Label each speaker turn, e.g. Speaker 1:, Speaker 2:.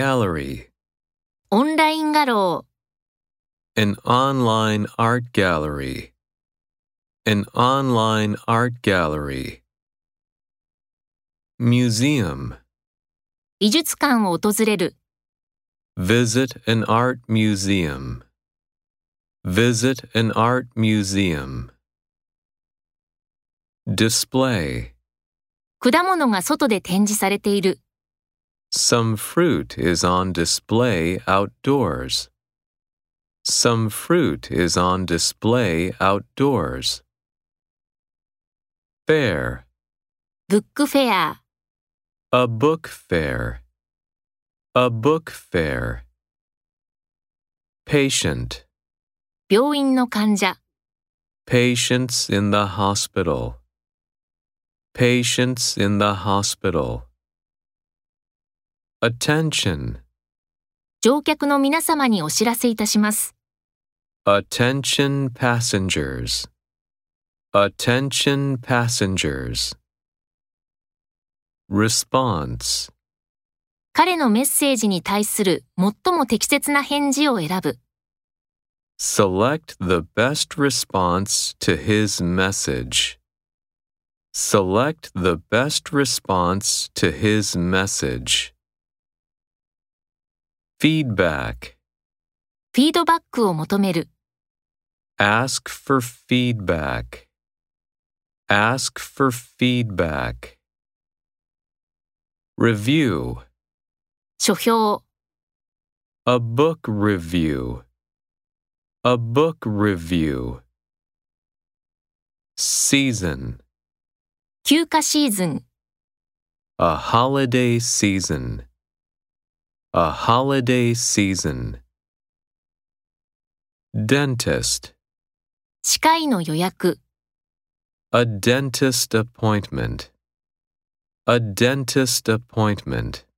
Speaker 1: Gallery,
Speaker 2: オンライン画廊、
Speaker 1: an online art gallery. An online art gallery. Museum,
Speaker 2: 美術館を訪れる、
Speaker 1: visit an art museum. Visit an art museum. Display,
Speaker 2: 果物が外で展示されている、
Speaker 1: some fruit is on display outdoors. Some fruit is on display outdoors. Fair,
Speaker 2: ブックフェア、
Speaker 1: a book fair. A book fair. Patient,
Speaker 2: 病院の患者、
Speaker 1: patients in the hospital. Patients in the hospital. Attention,
Speaker 2: 乗客の皆様にお知らせいたします。
Speaker 1: attention passengers. Attention passengers. Response.
Speaker 2: 彼のメッセージに対する最も適切な返事を選ぶ。
Speaker 1: Select the best response to his message. Select the best response to his message. Feedback.
Speaker 2: フィードバックを求める。
Speaker 1: Ask for feedback. Ask for feedback. Review.
Speaker 2: 書評、
Speaker 1: A book review. A book review. Season.
Speaker 2: 休暇シーズン、
Speaker 1: A holiday season. A holiday season. Dentist.
Speaker 2: 歯科医の予約、
Speaker 1: A dentist appointment. A dentist appointment.